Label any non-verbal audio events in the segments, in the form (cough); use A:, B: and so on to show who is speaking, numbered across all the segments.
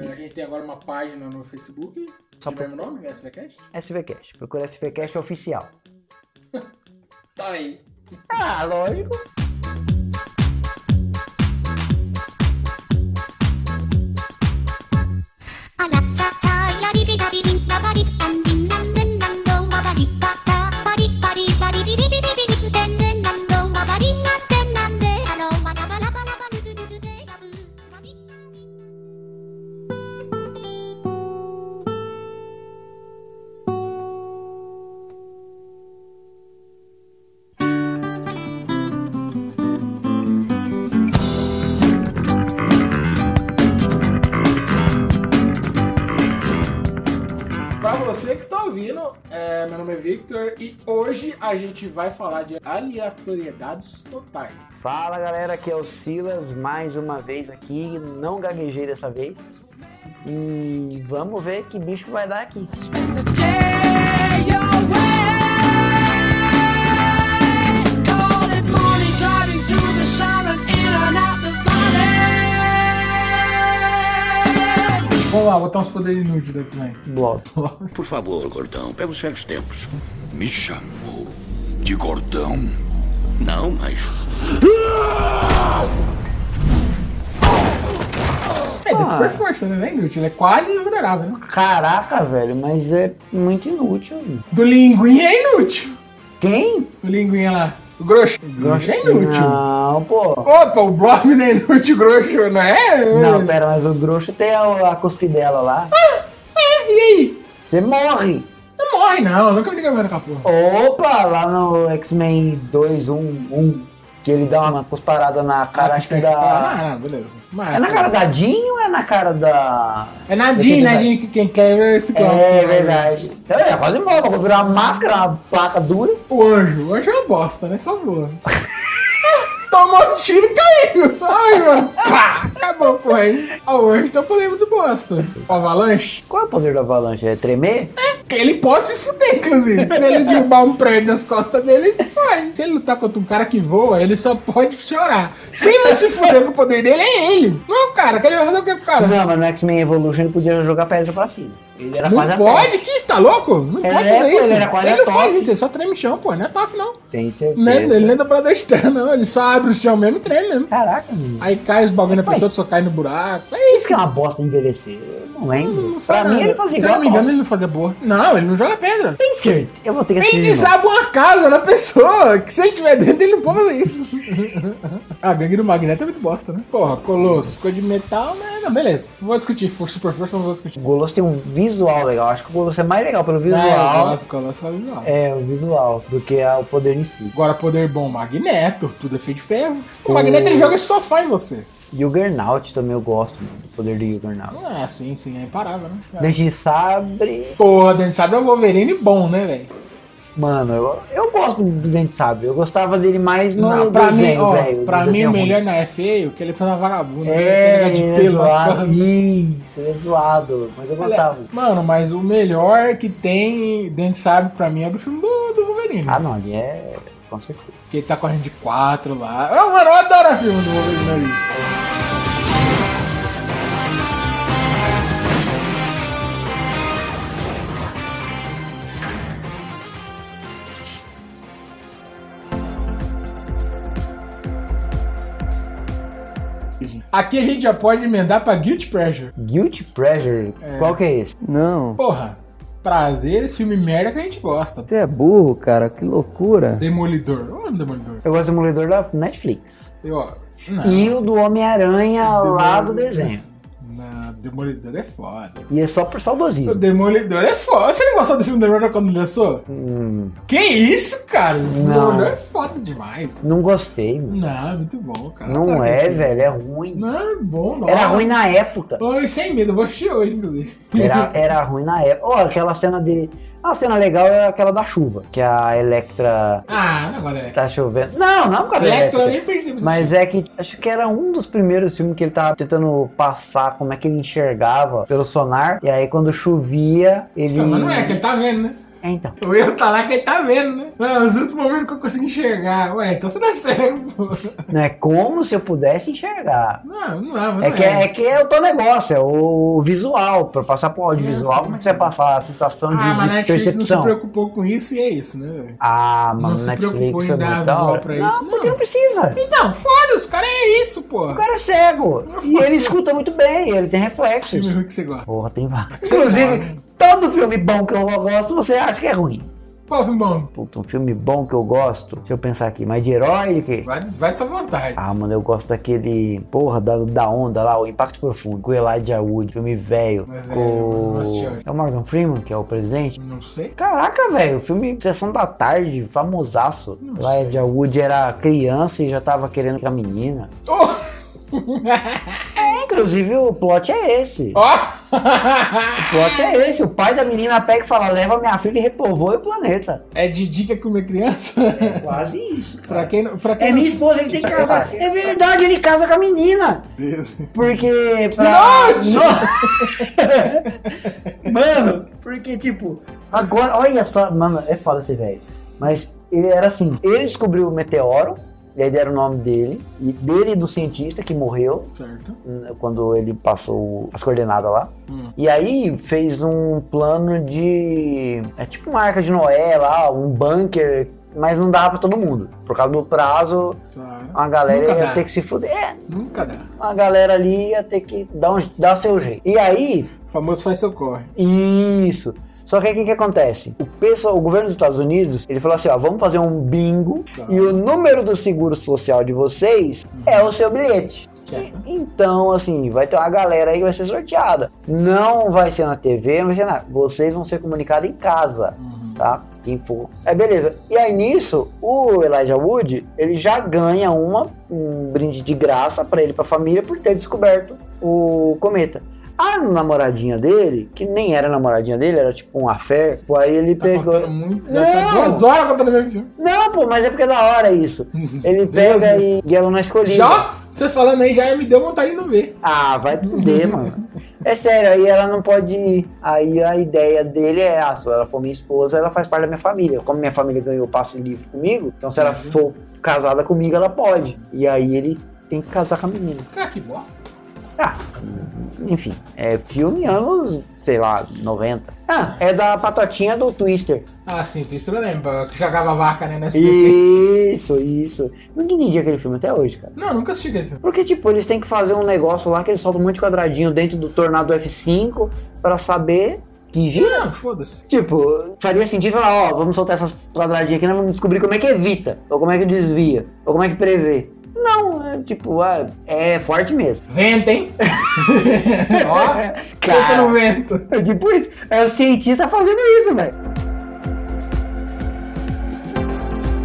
A: É, a gente tem agora uma página no Facebook.
B: Só
A: de mesmo nome, SVCast?
B: SVCast. Procura SVCast oficial.
A: Tá aí.
B: Ah, lógico.
A: Pra você que está ouvindo, é, meu nome é Victor e hoje a gente vai falar de aleatoriedades totais.
B: Fala galera, aqui é o Silas, mais uma vez aqui. Não gaguejei dessa vez. E vamos ver que bicho vai dar aqui.
A: Vamos lá, botar uns poderes inúteis da X-Men.
B: Bloco.
C: Por favor, gordão, pega os velhos tempos. Me chamou de gordão? Não, mas.
A: É, da
B: Ah.
A: super força, né? Não é inútil, ele é quase vulnerável, né?
B: Caraca, velho, mas é muito inútil.
A: Do linguinha é inútil.
B: Quem?
A: O linguinha lá. O grosso. O grosso é inútil.
B: Não, pô.
A: Opa, o Blob não é inútil, o grosso, não é?
B: Não, pera, mas o grosso tem a, a cuspidela lá.
A: É, e aí?
B: Você morre.
A: Não morre, não. Nunca vi ninguém vendo com a porra.
B: Opa, lá no X-Men 2, 1, 1, que ele dá uma cusparada na cara, acho que da...
A: Ah, beleza. Mas,
B: É na cara da Jean ou é na cara da...
A: É nadinho,
B: daquele-
A: nadinho, que quem quebra é esse clone.
B: É verdade. É, quase morre, vou virar uma máscara, uma placa dura.
A: O anjo. O anjo é uma bosta, né? Só voa. (laughs) Tomou um tiro e caiu. Ai, mano. Pá! Acabou, porra. aí. Ó, O anjo tem o poder muito bosta. O avalanche.
B: Qual é o poder da avalanche? É tremer?
A: Ele pode se fuder, inclusive. Se ele derrubar um prédio nas costas dele, ele vai. Se ele lutar contra um cara que voa, ele só pode chorar. Quem vai se fuder com o poder dele é ele. Não é o cara. Quer fazer o que com o cara?
B: Não, mas no X-Men Evolution ele podia jogar pedra pra cima. Ele era quase
A: Não
B: até.
A: pode, que tá louco? Não
B: É,
A: pode fazer
B: pô,
A: isso.
B: ele era quase
A: Ele não
B: top.
A: faz isso, ele só treme chão, pô. Não é tof, não.
B: Tem certeza.
A: Não, é- ele não é dobrador de terra, não. Ele só abre o chão mesmo e treme mesmo.
B: Caraca, menino.
A: Aí cai os bagulho na
B: Mas-
A: pessoa, a pessoa cai no buraco. É
B: Isso
A: isso.
B: que é uma bosta envelhecer. Eu não lembro.
A: Não
B: pra
A: faz
B: mim
A: nada.
B: ele fazia
A: Se
B: igual.
A: eu não me
B: a
A: engano,
B: bosta.
A: ele não fazia bosta. Não, ele não joga pedra.
B: Tem certeza. Eu vou ter que
A: Ele
B: assistir. de novo.
A: desaba uma casa na pessoa, que se ele tiver dentro, ele não pode fazer isso. (laughs) a gangue do Magneto é muito bosta, né? Porra, Colosso ficou de metal, mas não, beleza. Não vou discutir, for super força, não vou
B: O
A: discutir.
B: Golosso tem um visual legal. Acho que o Golosso é mais legal pelo
A: É, eu
B: visual.
A: gosto do Colosso, eu gosto do visual.
B: É, o visual, do que a- o poder em si.
A: Agora, poder bom, Magneto, tudo é feio de ferro. O Magneto, ele joga esse sofá em você.
B: Juggernaut também eu gosto, mano, do poder do Juggernaut.
A: Ah, sim, sim, é imparável, né?
B: Dente de sabre.
A: Porra, Dente de Sabre é o Wolverine bom, né, velho?
B: Mano, eu, eu gosto do Dente de Sabre. Eu gostava dele mais no
A: Não, pra mim,
B: desenho,
A: ó,
B: velho.
A: pra
B: do
A: mim
B: desenho
A: o
B: ruim.
A: melhor não é feio, que ele foi uma vagabunda.
B: É,
A: né? de
B: ele é
A: pelo nas
B: zoado.
A: costas.
B: Isso, ele é zoado. Mas eu gostava.
A: Mano, mas o melhor que tem dentro de sabe pra mim é do filme do, do Wolverine.
B: Ah, não, ali é. Com certeza.
A: Que ele tá correndo de quatro lá. Ah, mano, eu adoro o filme do Wolverine né, ali. Aqui a gente já pode emendar pra Guilty Pleasure.
B: Guilty Pleasure? Qual que é esse?
D: Não,
A: Porra, prazer, esse filme merda que a gente gosta.
D: você é burro, cara, que loucura.
A: Demolidor. Eu amo Demolidor.
B: Eu gosto do Demolidor da Netflix.
A: Eu, ó, não,
B: E o do Homem-Aranha lá
A: Demolidor.
B: do desenho.
A: não, Demolidor é foda.
B: E é só por
A: O
B: saudosismo.
A: Demolidor é foda. Você não gostou do filme Demolidor quando lançou?
B: Hum,
A: Que isso, cara? O filme
B: Não.
A: Demolidor é foda demais.
B: não gostei, mano.
A: Não, é muito bom, cara.
B: Não
A: Adoro
B: é,
A: esse filme.
B: velho. É ruim.
A: Não, é bom, não.
B: Era ruim né? na época.
A: Oi, sem medo, eu vou assistir hoje, inclusive. (laughs)
B: Era, era ruim na época. Ó, aquela cena dele. A cena legal é aquela da chuva, que a Electra
A: Ah, não, galera.
B: tá chovendo. Não, não com a
A: Electro, eu
B: Electra.
A: é nem perdi pra
B: Tá né? Mas é que acho que era um dos primeiros filmes que ele tava tentando passar como é que ele enxergava pelo sonar. E aí quando chovia, ele.
A: assistir. Não, mas não é, que ele tá vendo, né?
B: É, então.
A: Eu ia tá lá que ele tá vendo, né? Não, os outros momentos que eu consigo enxergar. Ué, então você não é cego, pô.
B: Não é como se eu pudesse enxergar.
A: Não, não é, mas não
B: É que é, que é o teu negócio, é o visual. Pra passar pro
A: Isso,
B: audiovisual, como é que você vai passar a sensação de,
A: Ah, mas
B: de
A: a Netflix não se
B: percepção?
A: preocupou com isso e é isso, né, velho?
B: ah, mano,
A: não se
B: Netflix
A: preocupou
B: foi
A: em dar
B: muito da
A: visual
B: hora.
A: pra
B: não,
A: isso,
B: porque
A: não.
B: não precisa.
A: Então, foda-se, o cara é isso,
B: O
A: porra.
B: cara é cego. E ele escuta muito bem, ele tem reflexos.
A: é (laughs) Filme ruim que você gosta.
B: Porra, tem vários. Inclusive, todo filme bom que eu gosto, você acha que é ruim.
A: Qual filme bom?
B: Puta, um filme bom que eu gosto, deixa eu pensar aqui, mas de herói de quê?
A: Vai, vai de sua vontade.
B: Ah, mano, eu gosto daquele, porra, da, da onda lá, o Impacto Profundo, com o Elijah Wood, filme velho,
A: É velho, eu não
B: com...
A: assisti hoje.
B: É o Morgan Freeman, que é o presidente?
A: Não sei.
B: Caraca, velho, filme Sessão da Tarde, famosaço. Elijah Wood era criança e já tava querendo com a menina.
A: (laughs) Oh!
B: É, inclusive, o plot é esse. O
A: Ó!
B: plot é esse, o pai da menina pega e fala, leva minha filha e repovoa o planeta.
A: É de dica que uma criança?
B: É Quase isso, cara.
A: pra quem não. Pra quem
B: É
A: não...
B: minha esposa, ele tem que casar. É verdade, ele casa com a menina. Porque. Pra... No- mano, porque, tipo. Agora, olha só. Mano, é foda esse velho. Mas ele era assim: ele descobriu o meteoro, e aí deram o nome dele, e dele e do cientista que morreu
A: Certo.
B: hum, quando ele passou as coordenadas lá.
A: Hum.
B: E aí fez um plano de. É tipo uma arca de Noé lá, um bunker. Mas não dava pra todo mundo. Por causa do prazo,
A: Tá.
B: a galera
A: Nunca
B: ia
A: dá.
B: ter que se fuder. É,
A: Nunca dá.
B: a galera ali ia ter que dar, um, dar seu jeito. E aí,
A: O famoso faz seu corre.
B: isso. Só que aí o que, que acontece? O pessoal, o governo dos Estados Unidos, ele falou assim, ó, vamos fazer um bingo
A: Tá.
B: e o número do seguro social de vocês é o seu bilhete.
A: Certo.
B: E- Então, assim, vai ter uma galera aí que vai ser sorteada. Não vai ser na TV, não vai ser nada. Vocês vão ser comunicados em casa
A: Uhum.
B: tá? Quem for. É beleza. E aí nisso, o Elijah Wood, ele já ganha uma, um brinde de graça pra ele, e pra família, por ter descoberto o cometa. A namoradinha dele, que nem era namoradinha dele, era tipo um affair, pô, aí ele
A: Tá
B: pegou.
A: cortando muito. Já tá
B: Não!
A: duas horas contando o mesmo filme.
B: Não, pô, mas é porque é da hora isso.
A: (laughs)
B: Ele pega e e ela não é escolhida.
A: Já, você falando aí, já me deu vontade de não ver.
B: Ah, vai fuder, mano. É sério, aí ela não pode ir. Aí a ideia dele é, ah, se ela for minha esposa, ela faz parte da minha família. Como minha família ganhou o passe livre comigo, então se ela for casada comigo, ela pode. E aí ele tem que casar com a menina.
A: Cara, que bosta.
B: Ah, enfim, é filme anos, sei lá, 90. Ah, é da patotinha do Twister.
A: Ah, sim, tu isso eu lembro. Que jogava vaca, né, no SBT.
B: Isso, isso. Nunca entendi aquele filme até hoje, cara.
A: Não, nunca assisti aquele filme.
B: Porque, tipo, eles têm que fazer um negócio lá que eles soltam um monte de quadradinho dentro do tornado F5 pra saber que gira.
A: Não, foda-se.
B: Tipo, faria sentido falar, ó, vamos soltar essas quadradinhas aqui, nós vamos descobrir como é que evita, ou como é que desvia, ou como é que prevê. Não, é tipo, ah, é forte mesmo.
A: Venta,
B: (laughs)
A: hein? Ó, pensa
B: Cara.
A: no vento.
B: É tipo isso, é o cientista fazendo isso, velho.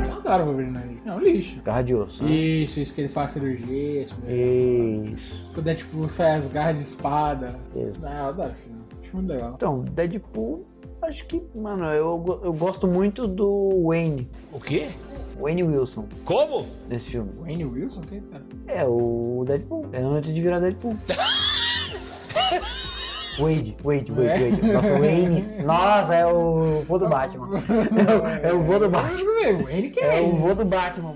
A: Eu adoro o Wolverine. É um lixo.
B: Garra de osso. né?
A: Isso, isso que ele faz cirurgia, isso mesmo.
B: Isso.
A: Quando é tipo, sai as garras de espada.
B: Isso.
A: Ah, eu adoro esse filme. Acho muito legal.
B: Então, Deadpool, acho que, mano, eu, go- eu gosto muito do Wayne,
E: O quê?
B: Wayne Wilson,
E: Como?
B: nesse filme.
A: Wayne Wilson? Quem é esse cara?
B: É, o Deadpool. É antes de virar Deadpool. Wade, Wade, Wade,
A: É?
B: Wade. Nossa, Wayne. Nossa, é o vô do Batman. É o, é o vô do Batman.
A: Meu, Ah, Wayne que é,
B: É o
A: ele.
B: vô do Batman.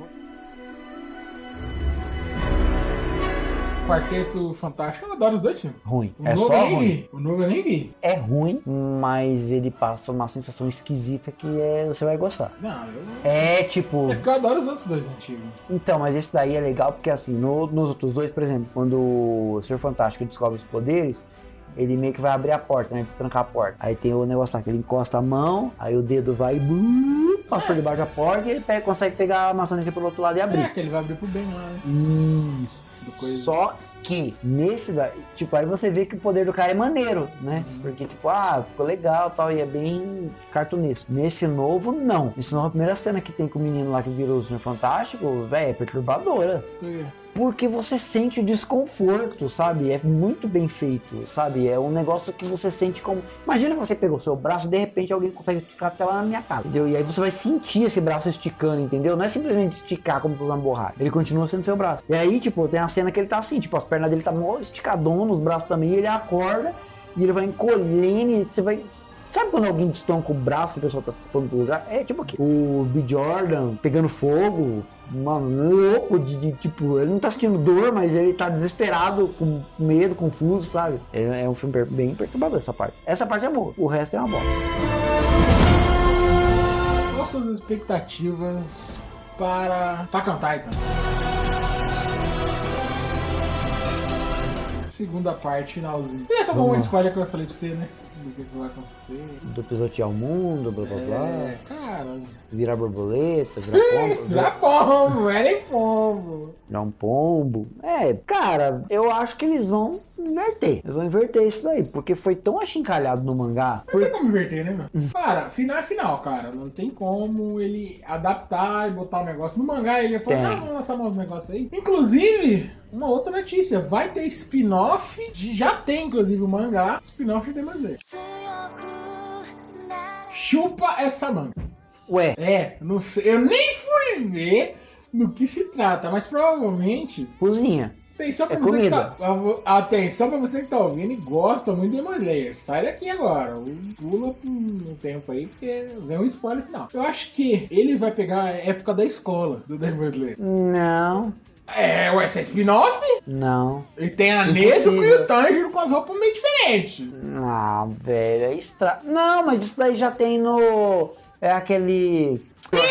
A: Quarteto Fantástico, eu adoro os dois filmes.
B: Ruim.
A: O
B: É
A: novo
B: só
A: eu nem
B: ruim.
A: vi. O novo eu nem vi.
B: É ruim, mas ele passa uma sensação esquisita que é, você vai gostar.
A: Não, eu.
B: É tipo.
A: É porque eu adoro os outros dois antigos.
B: Então, mas esse daí é legal porque assim, no- nos outros dois, por exemplo, quando o Senhor Fantástico descobre os poderes, ele meio que vai abrir a porta, né? Destrancar a porta. Aí tem o negócio lá que ele encosta a mão, aí o dedo vai e blu, passa por debaixo da porta e ele pega- consegue pegar a maçaneta pelo outro lado e
A: É,
B: abrir.
A: que ele vai abrir pro bem lá, né?
B: Isso.
A: Do coisa.
B: Só que nesse daí, tipo, aí você vê que o poder do cara é maneiro, né? Porque, tipo, ah, ficou legal tal, e é bem cartunesco. Nesse novo, não. Nesse novo, a primeira cena que tem com o menino lá que virou o Senhor Fantástico, velho, é perturbadora. Porque você sente o desconforto, sabe? É muito bem feito, sabe? É um negócio que você sente como. Imagina que você pegou seu braço e de repente alguém consegue esticar até lá na minha casa, entendeu? E aí você vai sentir esse braço esticando, entendeu? Não é simplesmente esticar como se fosse uma borracha. Ele continua sendo seu braço. E aí, tipo, tem a cena que ele tá assim, tipo, as pernas dele tá mó esticadona, os braços também, e ele acorda. e ele vai encolhendo e você vai. Sabe quando alguém destonca o braço e o pessoal tá falando do lugar? É tipo aqui. O B. Jordan pegando fogo, mano, louco de, de, tipo, ele não tá sentindo dor, mas ele tá desesperado, com medo, confuso, sabe? É, é um filme per- bem perturbador essa parte. Essa parte é boa, o resto é uma bosta.
A: Nossas expectativas para Attack on Titan. Segunda parte, finalzinho. Você já tomou
B: Vamos
A: um
B: lá.
A: spoiler que eu falei pra você, né? Do que, que vai acontecer.
B: Do pisotear o mundo, blá blá blá,
A: É, cara.
B: virar borboleta, virar pombo,
A: Já
B: virar,
A: pombo, não é nem pombo.
B: virar um pombo. É, cara, eu acho que eles vão inverter. Eles vão inverter isso daí, porque foi tão achincalhado no mangá.
A: Não tem como inverter, né, meu? Cara, final é final, cara. Não tem como ele adaptar e botar o negócio. No mangá ele falou,
B: Tem.
A: ah, vamos lançar mais um negócio aí. Inclusive, uma outra notícia. Vai ter spin-off, de- já tem inclusive o mangá, spin-off de Demon Slayer.
E: 強くな
A: Chupa essa manga.
B: Ué,
A: É, não sei, eu nem fui ver do que se trata, mas provavelmente...
B: cozinha.
A: Atenção pra,
B: É
A: você que
B: comida.
A: tá, atenção pra você que tá ouvindo e gosta muito de Demon Slayer. Sai daqui agora. ou Pula por um tempo aí, porque vem um spoiler final. Eu acho que ele vai pegar a época da escola do Demon Slayer.
B: Não,
A: É, ué, esse é spin-off?
B: não.
A: E tem a Nezuko e
B: Impossível.
A: o Tanjiro com as roupas meio diferentes.
B: Ah, velho, é estra... Não, mas isso daí já tem no. É aquele.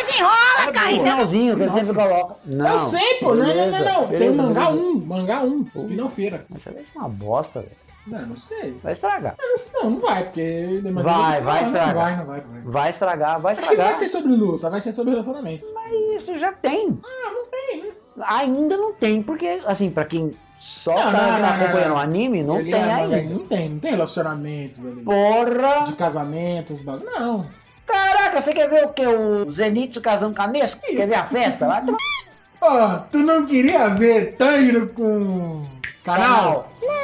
B: Desenrola, cara! finalzinho que ele sempre coloca. Não.
A: é eu sei, pô. Não, não, não, não. tem
B: beleza,
A: o mangá
B: beleza.
A: 1, mangá 1, spin-offeira.
B: Mas isso daí é uma bosta, velho.
A: Não, não sei.
B: Vai estragar.
A: Não, não, não vai, porque Demon
B: Vai,
A: não
B: vai
A: não
B: estragar.
A: vai, não vai, não vai.
B: Vai estragar, vai
A: Acho que não
B: estragar.
A: vai ser sobre luta, vai ser sobre relacionamento.
B: Isso já tem.
A: Ah, não tem, né?
B: Ainda não tem, porque, assim, pra quem só
A: Não,
B: tá,
A: não, não,
B: tá
A: não,
B: acompanhando
A: não.
B: o anime, não
A: Ele
B: tem
A: é,
B: ainda.
A: Não tem, não tem relacionamentos ali.
B: Porra!
A: De casamentos, bagulho. Não.
B: Caraca, você quer ver o quê? O Zenitsu casando com a Nesco? Quer ver a festa? Vai tomar
A: Ó, tu não queria ver Tanjiro com canal?
B: canal.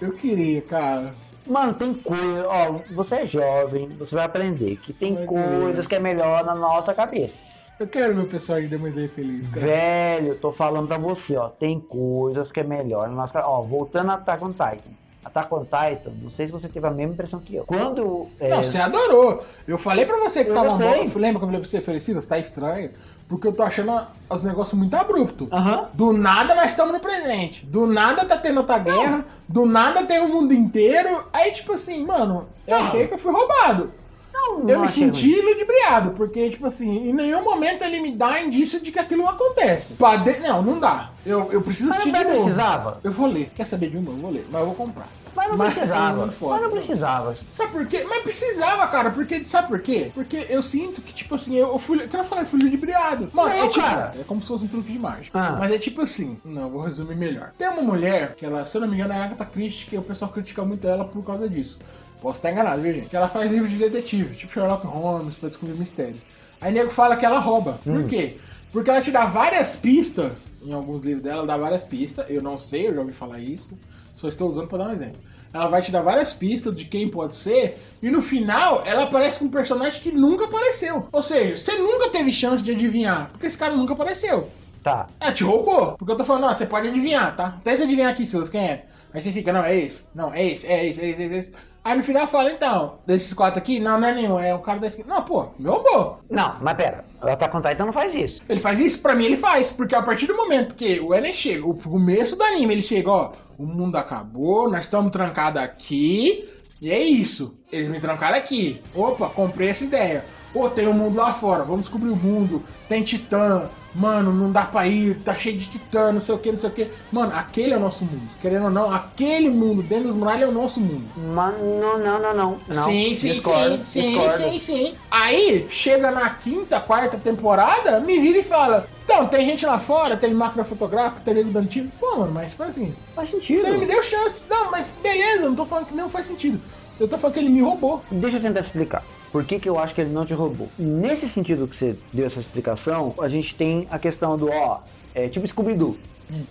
A: Eu queria, cara.
B: Mano, tem coisa. Ó, você é jovem, você vai aprender que tem
A: Vai
B: coisas que é melhor na nossa cabeça.
A: Eu quero meu pessoal de Demon Slayer feliz, cara.
B: Velho, tô falando pra você, ó. Tem coisas que é melhor na nossa cabeça. Ó, voltando a Attack on Titan. Attack on Titan, não sei se você teve a mesma impressão que eu. Quando. é,
A: Não, você adorou. Eu falei pra você que
B: Eu
A: tava
B: gostei.
A: bom. Lembra que eu falei pra você, Felicita? Tá estranho. Porque eu tô achando a- os negócios muito abrupto.
B: Aham.
A: Do nada nós estamos no presente. Do nada tá tendo outra guerra. Do nada tem o mundo inteiro. Aí, tipo assim, mano, eu
B: Não.
A: achei que eu fui roubado.
B: Não,
A: Eu me
B: achei ruim.
A: senti ludibriado, porque, tipo assim, em nenhum momento ele me dá indício de que aquilo acontece. Pra de- Não, não dá. Eu, eu preciso
B: Mas
A: assistir de
B: não
A: novo.
B: precisava.
A: Eu vou ler. Quer saber de uma? Eu vou ler, mas eu vou comprar.
B: Mas não
A: Mas- é
B: precisava.
A: Foda,
B: Mas não
A: né?
B: precisava.
A: Sabe por quê? Mas precisava, cara, porque. Sabe por quê? Porque eu sinto que, tipo assim, eu eu fui. Que eu falei, eu fui ludibriado. Mano,
B: Não,
A: é tipo.
B: cara.
A: É como se fosse um truque de mágica.
B: Ah.
A: Mas é tipo assim. Não, eu vou resumir melhor. Tem uma mulher, que ela, se eu não me engano, é a Agatha Christie, que o pessoal critica muito ela por causa disso. Posso estar enganado, viu, gente? Que ela faz livro de detetive, tipo Sherlock Holmes, pra descobrir mistério. Aí nego fala que ela rouba. Por quê? Porque ela te dá várias pistas. Em alguns livros dela, ela dá várias pistas. Eu não sei, eu já ouvi falar isso. Só estou usando para dar um exemplo. Ela vai te dar várias pistas de quem pode ser, e no final ela aparece com um personagem que nunca apareceu. Ou seja, você nunca teve chance de adivinhar, porque esse cara nunca apareceu.
B: Tá.
A: Ela É, te roubou, porque eu tô falando, ó, você pode adivinhar, tá? Tenta adivinhar aqui, Silas, quem é. Aí você fica, não, é esse, não, é esse, é esse, é esse, é esse. Aí no final fala, então, desses quatro aqui, não, não é nenhum, é o cara da esquerda. Não, pô, me roubou.
B: Não, mas pera. O Attack on Titan não faz isso.
A: Ele faz isso, pra mim ele faz, porque a partir do momento que o Eren chega, o começo do anime, ele chega, ó, o mundo acabou, nós estamos trancados aqui, e é isso. Eles me trancaram aqui. Opa, comprei essa ideia. Pô, tem um mundo lá fora, vamos descobrir o mundo, tem titã, mano, não dá pra ir, tá cheio de titã, não sei o que, não sei o que. Mano, aquele é o nosso mundo, querendo ou não, aquele mundo dentro das muralhas é o nosso mundo.
B: Mas não, não, não, não. não.
A: sim, sim,
B: discordo,
A: sim,
B: discordo.
A: sim, sim, sim. Aí, chega na quinta, quarta temporada, me vira e fala: Então, tem gente lá fora, tem máquina fotográfica, tem nego dando tiro. Pô, mano, mas tipo assim,
B: Faz
A: você não me
B: sentido.
A: deu chance. Não, mas beleza, eu não tô falando que não faz sentido. Eu tô falando que ele me roubou.
B: Deixa eu tentar explicar. Por que, que eu acho que ele não te roubou? Nesse sentido que você deu essa explicação, a gente tem a questão do, ó, é tipo Scooby-Doo.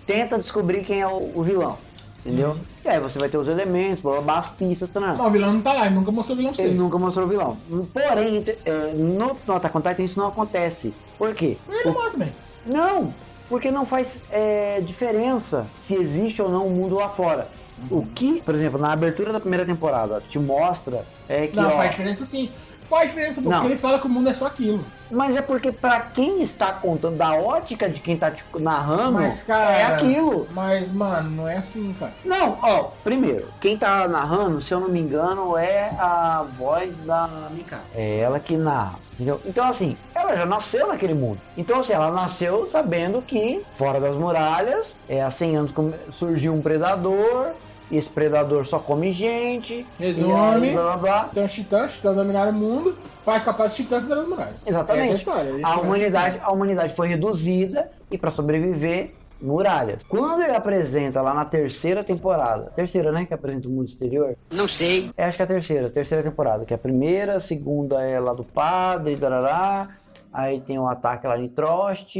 B: Tenta descobrir quem é o, o vilão, entendeu?
A: Uhum.
B: E aí você vai ter os elementos, blá, blá, blá, as pistas, tá, né?
A: Não, o vilão não tá lá, ele nunca mostrou o vilão pra
B: Ele
A: você.
B: nunca mostrou o vilão. Porém, te- é, no, no Attack on Titan isso não acontece. Por quê?
A: Ele não mata também.
B: Não, porque não faz é, diferença se existe ou não um mundo lá fora.
A: Uhum.
B: O que, por exemplo, na abertura da primeira temporada te mostra é que.
A: Não,
B: ó,
A: faz diferença sim. Faz diferença porque
B: Não.
A: ele fala que o mundo é só aquilo.
B: Mas é porque pra quem está contando, da ótica de quem tá te narrando,
A: Mas, cara-
B: é aquilo.
A: Mas, mano, não é assim, cara.
B: Não, ó, primeiro, quem tá narrando, se eu não me engano, é a voz da Mika. É ela que narra. Entendeu? Então, assim, ela já nasceu naquele mundo. Então, assim, ela nasceu sabendo que, fora das muralhas, é, há 100 anos come- surgiu um predador, e esse predador só come gente. e aí,
A: Resume.
B: blá, blá, blá.
A: Então os titãs, os titãs dominaram o mundo, pra escapar dos titãs fizeram as muralhas.
B: Exatamente.
A: Essa é a história. gente
B: a
A: vai
B: humanidade, a humanidade foi reduzida e para sobreviver, muralhas. Quando ele apresenta lá na terceira temporada, terceira, né, que apresenta o mundo exterior? Não sei. É, acho que é a terceira, terceira temporada, que é a primeira, a segunda é lá do padre, darará, aí tem o ataque lá em Trost,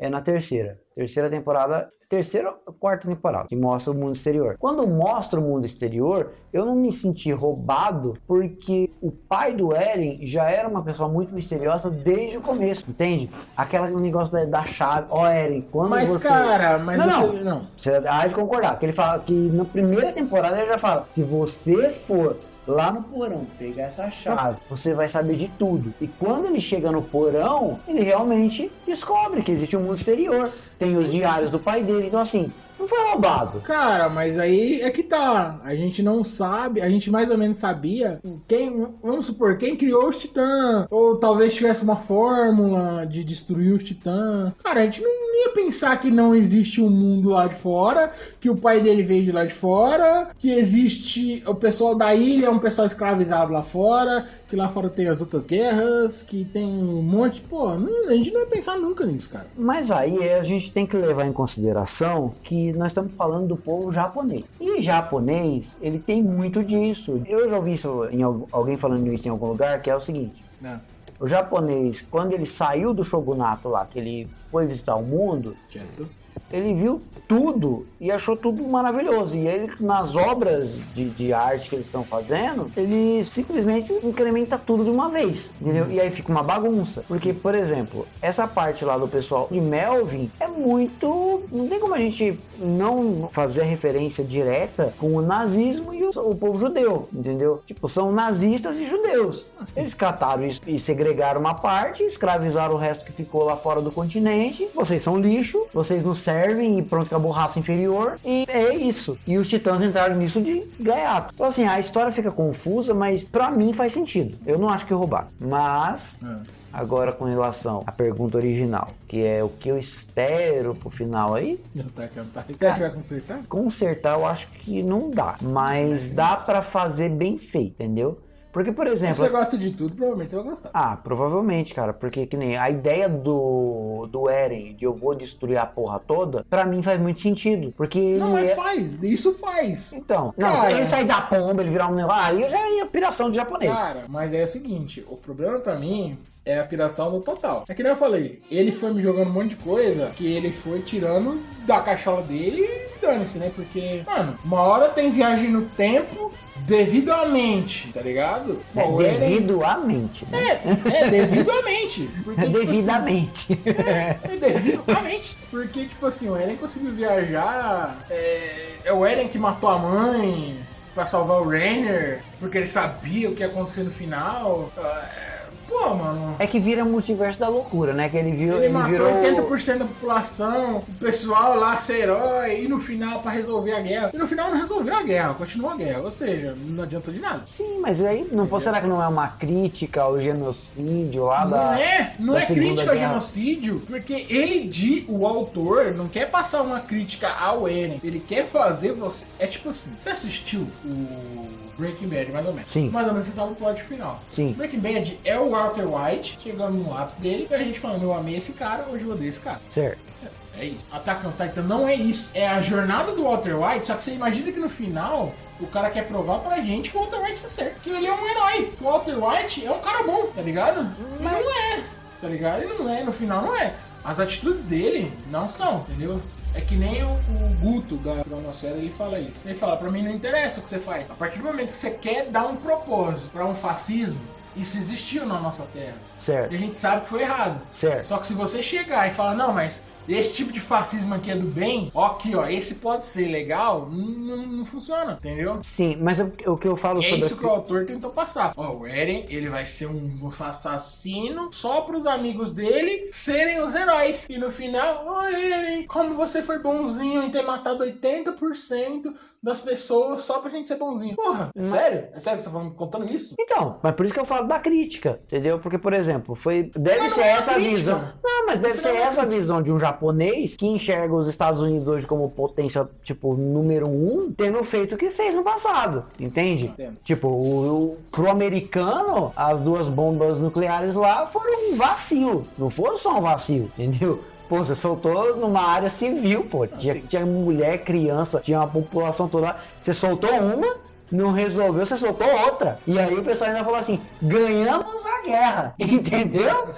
B: é na terceira. Terceira temporada, terceira ou quarta temporada, que mostra o mundo exterior. Quando mostra o mundo exterior, eu não me senti roubado, porque o pai do Eren já era uma pessoa muito misteriosa desde o começo, entende? Aquela negócio da, da chave, ó Eren, quando
A: Mas,
B: você...
A: cara, mas
B: Não,
A: você. Não.
B: Você há de concordar, que ele fala que na primeira temporada ele já fala, se você for lá no porão pegar essa chave, você vai saber de tudo. E quando ele chega no porão, ele realmente descobre que existe um mundo exterior, tem os diários do pai dele, então assim, não foi roubado.
A: Cara, mas aí é que tá. A gente não sabe, a gente mais ou menos sabia quem, vamos supor, quem criou os Titãs. Ou talvez tivesse uma fórmula de destruir os Titãs. Cara, a gente não ia pensar que não existe um mundo lá de fora, que o pai dele veio de lá de fora, que existe o pessoal da ilha, é um pessoal escravizado lá fora, que lá fora tem as outras guerras, que tem um monte. Pô, não- a gente não ia pensar nunca nisso, cara.
B: Mas aí é, a gente tem que levar em consideração que nós estamos falando do povo japonês. E japonês, ele tem muito disso. Eu já ouvi isso em al- alguém falando isso em algum lugar, que é o seguinte.
A: Não.
B: O japonês, quando ele saiu do shogunato lá, que ele foi visitar o mundo,
A: Certo?
B: ele viu tudo e achou tudo maravilhoso. E ele, nas obras de, de arte que eles estão fazendo, ele simplesmente incrementa tudo de uma vez, entendeu? E aí fica uma bagunça. Porque, por exemplo, essa parte lá do pessoal de Melvin é muito. Não tem como a gente não fazer referência direta com o nazismo e o, o povo judeu, entendeu? Tipo, são nazistas e judeus. Eles cataram isso e segregaram uma parte, escravizaram o resto que ficou lá fora do continente. Vocês são lixo, vocês não servem e pronto, acabou raça inferior. E é isso. E os titãs entraram nisso de gaiato. Então, assim, a história fica confusa, mas pra mim faz sentido. Eu não acho que roubar. Mas.
A: É.
B: Agora com relação à pergunta original, que é o que eu espero pro final aí,
A: Não tá, não tá. Você acha que vai consertar?
B: consertar eu acho que não dá, mas dá pra fazer bem feito, entendeu? Porque por
A: Se você
B: exemplo,
A: gosta de tudo, provavelmente você vai gostar.
B: ah, provavelmente, cara, porque que nem a ideia do, do Eren de eu vou destruir a porra toda, pra mim faz muito sentido, porque ele
A: Não, mas
B: é...
A: faz, isso faz.
B: Então, não,
A: Cara. é-
B: se ele sair da pomba, ele virar um negócio, aí eu já ia piração de japonês.
A: Cara, mas é o seguinte, o problema pra mim é a piração no total. É que nem eu falei, ele foi me jogando um monte de coisa que ele foi tirando da caixola dele e dane-se, né? Porque, mano, uma hora tem viagem no tempo devidamente, tá ligado?
B: É
A: Pô, o Eren-
B: devido à mente, né?
A: É, devidamente.
B: (laughs)
A: Porque,
B: É
A: tipo
B: devidamente.
A: É devidamente. Porque, tipo assim, o Eren conseguiu viajar. É, é o Eren que matou a mãe pra salvar o Renner. Porque ele sabia o que ia acontecer no final. É, pô, mano.
B: (laughs) É que vira multiverso da loucura, né? Que ele viu,
A: Ele,
B: ele,
A: matou
B: virou
A: 80% da população, o pessoal lá ser herói, e no final pra resolver a guerra. E no final não resolveu a guerra, continuou a guerra. Ou seja, não adiantou de nada.
B: Sim, mas aí não pô, será que não é uma crítica ao genocídio lá da
A: Não é, não
B: da
A: é
B: Segunda
A: crítica ao
B: Guerra?
A: genocídio, porque ele de o autor não quer passar uma crítica ao Eren, ele quer fazer você. É tipo assim, você assistiu o Breaking Bad, mais ou menos.
B: Sim.
A: Mais ou menos você sabe o plot final.
B: Sim.
A: Breaking Bad é o Walter White, chegando no ápice dele, e a gente falando, eu amei esse cara, hoje eu odeio esse cara.
B: Certo.
A: É isso. Attack on Titan não é isso. É a jornada do Walter White, só que você imagina que no final o cara quer provar pra gente que o Walter White tá certo. Que ele é um herói. Que o Walter White é um cara bom, tá ligado? Mas... Não é, tá ligado? Ele não é, no final não é. As atitudes dele não são, entendeu? É que nem o, o Guto da Cronosfera, ele fala isso. Ele fala, pra mim não interessa o que você faz. A partir do momento que você quer dar um propósito pra um fascismo, isso existiu na nossa terra. E
B: Certo.
A: a gente sabe que foi errado.
B: Certo.
A: Só que se você chegar e falar, não, mas Esse tipo de fascismo aqui é do bem, ó, aqui, ó, esse pode ser legal, não, não funciona, entendeu?
B: Sim, mas o, o que eu falo
A: E é
B: sobre.
A: isso
B: a-
A: que o autor tentou passar. Ó, o Eren, ele vai ser um assassino só pros amigos dele serem os heróis. E no final, ó, Eren, como você foi bonzinho em ter matado 80% das pessoas só pra gente ser bonzinho. Porra, é sério? É sério que você tá falando- contando isso?
B: Então, mas por isso que eu falo da crítica, entendeu? Porque, por exemplo, foi. Deve
A: Mas não
B: ser
A: é uma
B: essa a
A: crítica.
B: visão. Não, mas deve
A: Não
B: ser
A: é uma
B: essa a visão de um japonês que enxerga os Estados Unidos hoje como potência, tipo, número um, tendo feito o que fez no passado. Entende?
A: Entendo.
B: Tipo, o, o- pro americano, as duas bombas nucleares lá foram um vacilo. Não foram só um vacilo, entendeu? Pô, você soltou numa área civil, pô. Tinha,
A: sim.
B: tinha mulher, criança, tinha uma população toda lá. Você soltou uma, não resolveu, você soltou outra. E aí o pessoal ainda falou assim: ganhamos a guerra, (laughs) entendeu?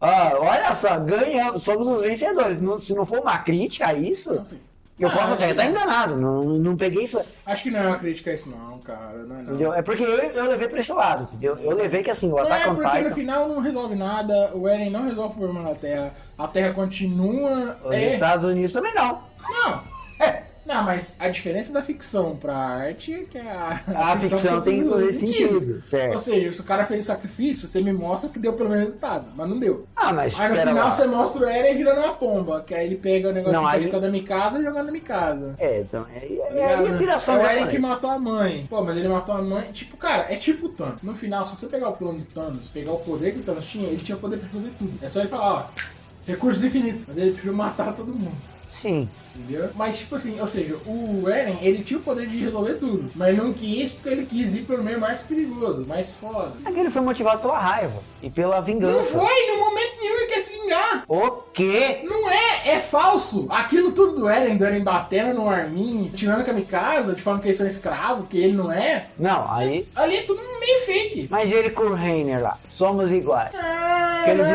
B: Ah, olha só, ganhamos, somos os vencedores. Não- se não for uma crítica a isso,
A: sim.
B: eu
A: Ah,
B: posso
A: acho
B: até
A: que
B: estar
A: não.
B: enganado. Não, não peguei isso.
A: Acho que não é uma crítica a isso, não, cara. Não é, não.
B: Entendeu? É porque eu, eu levei pra esse lado, entendeu? Eu levei que assim, o
A: Não
B: Attack
A: é
B: on
A: porque no
B: Titan.
A: final não resolve nada, o Eren não resolve o problema da Terra, a Terra continua.
B: Os
A: é,
B: Estados Unidos também não.
A: Não, é. Não, mas a diferença da ficção pra arte é que a,
B: A ficção
A: precisa
B: tem É. que
A: fazer
B: fazer sentido,
A: Ou
B: certo?
A: seja, se o cara fez sacrifício, você me mostra que deu pelo menos resultado, mas não deu.
B: Ah, mas
A: Aí no
B: pera
A: final
B: lá.
A: você mostra o Eren virando uma pomba, que aí ele pega o negócio
B: Não,
A: que tá
B: aí-
A: ficando na minha casa e jogando na minha casa.
B: É, então, é, é,
A: Tá
B: é, a
A: ligado?
B: inspiração
A: É o Eren
B: japonesa.
A: que matou a mãe. Pô, mas ele matou a mãe. Tipo, cara, é tipo o Thanos. No final, se você pegar o plano do Thanos, pegar o poder que o Thanos tinha, ele tinha poder pra resolver tudo. É só ele falar, ó, recursos infinitos. Mas ele preferiu matar todo mundo.
B: Sim.
A: Entendeu? Mas, tipo assim, ou seja, o Eren, ele tinha o poder de resolver tudo. Mas não quis porque ele quis ir pelo meio mais perigoso, mais foda.
B: Aquele foi motivado pela raiva e pela
A: Não
B: vingança.
A: foi, no momento nenhum ele quer se vingar.
B: O quê?
A: Não é, é falso. Aquilo tudo do Eren, do Eren batendo no Armin, tirando a kamikaze, te falando que eles são escravos, que ele não é.
B: Não, aí.
A: Ali é tudo meio fake.
B: Mas ele com o Reiner lá. Somos iguais.
A: Ah,
B: Aquele
A: não,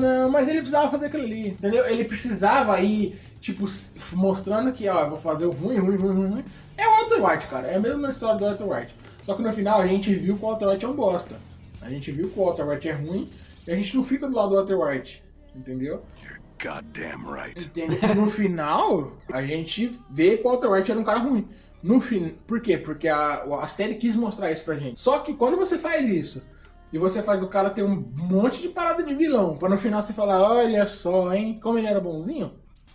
A: Não, não, mas ele precisava fazer aquilo ali, entendeu? Ele precisava ir, tipo, s- mostrando que, ó, eu vou fazer o ruim, ruim, ruim, ruim, ruim. É o Walter White, cara. É a mesma história do Walter White. Só que no final a gente viu que o Walter White é um bosta. A gente viu que o Walter White é ruim e a gente não fica do lado do Walter White. Entendeu?
C: Goddamn right.
A: Entendeu? No final, a gente vê que o Walter White era um cara ruim. No fim, por quê? Porque a, a série quis mostrar isso pra gente. Só que quando você faz isso, e você faz o cara ter um monte de parada de vilão, pra no final você falar, olha só, hein, como ele era bonzinho.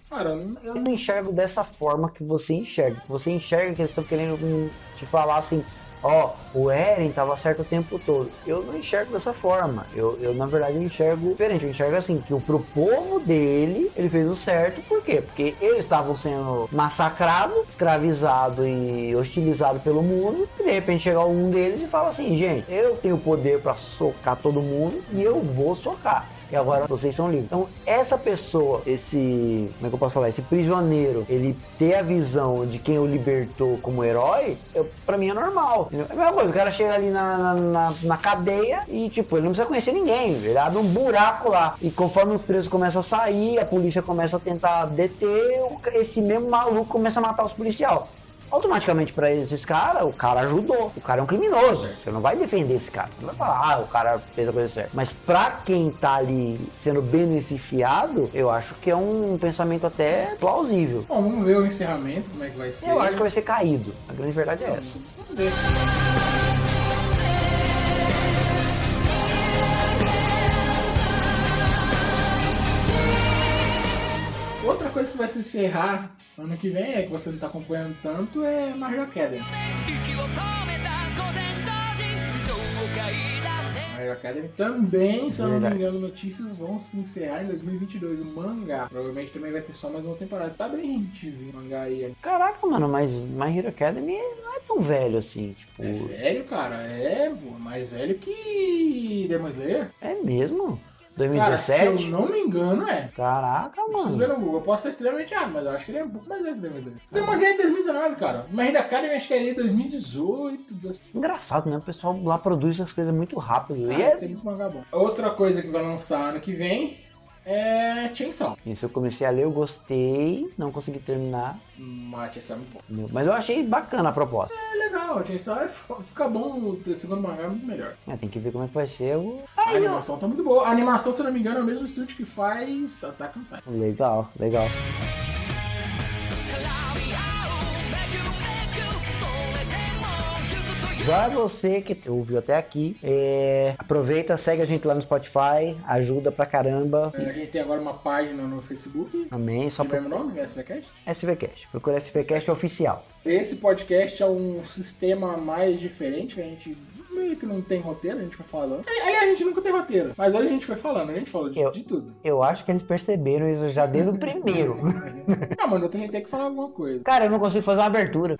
A: Cara, eu não-
B: Eu não enxergo dessa forma que você enxerga. Que Você enxerga que eles estão querendo hum, te falar assim. Ó, o Eren tava certo o tempo todo. Eu não enxergo dessa forma. Eu, eu, na verdade, eu enxergo diferente. Eu enxergo assim, que o, pro povo dele, ele fez o certo. Por quê? Porque eles estavam sendo massacrados, escravizados e hostilizados pelo mundo. E de repente chega um deles e fala assim, gente, eu tenho poder pra socar todo mundo e eu vou socar. E agora vocês são livres. Então, essa pessoa, esse. Como é que eu posso falar? Esse prisioneiro, ele ter a visão de quem o libertou como herói, eu, pra mim é normal. entendeu? É a mesma coisa, o cara chega ali na, na, na- na cadeia e, tipo, ele não precisa conhecer ninguém. Ele abre um buraco lá. E conforme os presos começam a sair, a polícia começa a tentar deter, o ca- esse mesmo maluco começa a matar os policial. Automaticamente pra esses caras, o cara ajudou. O cara é um criminoso. Você não vai defender esse cara. Você não vai falar, ah, o cara fez a coisa certa. Mas pra quem tá ali sendo beneficiado, eu acho que é um pensamento até plausível.
A: Bom, vamos ver o encerramento, como é que vai ser.
B: Eu acho que vai ser caído. A grande verdade é essa.
A: Vamos ver. Outra coisa que vai se encerrar ano que vem, é que você não tá acompanhando tanto, é Mario Academy.
F: 息を止めた午前同時超快だね
A: Mario Academy também, se eu não me
B: Verdade.
A: engano, notícias vão se encerrar em 2022. O mangá provavelmente também vai ter só mais uma temporada. Tá bem rentezinho o mangá aí. É
B: Caraca, mano, mas My Hero Academy não é tão velho assim. Tipo,
A: É velho, cara. É, pô, mais velho que Demon Slayer.
B: é mesmo?
A: Cara, se eu
B: 2017?
A: não me engano, é.
B: Caraca,
A: Preciso
B: Um mano.
A: ver no Google. Eu posso estar extremamente errado, mas eu acho que ele é um pouco mais velho que o Demon Slayer. O Demon Slayer é 2019, cara. Mas ainda Academy acho que é em 2018. dois-
B: Engraçado, né? O pessoal lá produz as coisas muito rápido. E
A: Ah,
B: é
A: Tem muito mangá bom. Outra coisa que vai lançar ano que vem é Chainsaw.
B: Isso eu comecei a ler, eu gostei, não consegui terminar,
A: Mas Chainsaw é muito bom.
B: entendeu? mas eu achei bacana a proposta.
A: É legal, Chainsaw é, fo- fica bom, o segundo mangá é muito melhor.
B: É, tem que ver como é que vai ser o...
A: A animação tá muito boa. A animação, se eu não me engano, é o mesmo estúdio que faz Attack on Titan.
B: Legal, legal.
F: 絡み合うめくめくそれでもゆくという
B: Pra você que ouviu até aqui, é, aproveita, segue a gente lá no Spotify, ajuda pra caramba.
A: É, A gente tem agora uma página no Facebook.
B: Amém, só
A: De
B: pro...
A: mesmo nome, né, SVCast.
B: SVCast, procura SVCast oficial.
A: Esse podcast é um sistema mais diferente, que a gente meio que não tem roteiro, a gente vai falando. Ali- Aliás, a gente nunca tem roteiro, mas hoje a gente foi falando, a gente falou de,
B: Eu-
A: de tudo.
B: Eu acho que eles perceberam isso já desde o primeiro. (laughs)
A: Ah, mano, a gente tem que falar alguma coisa.
B: Cara, eu não consigo fazer uma abertura.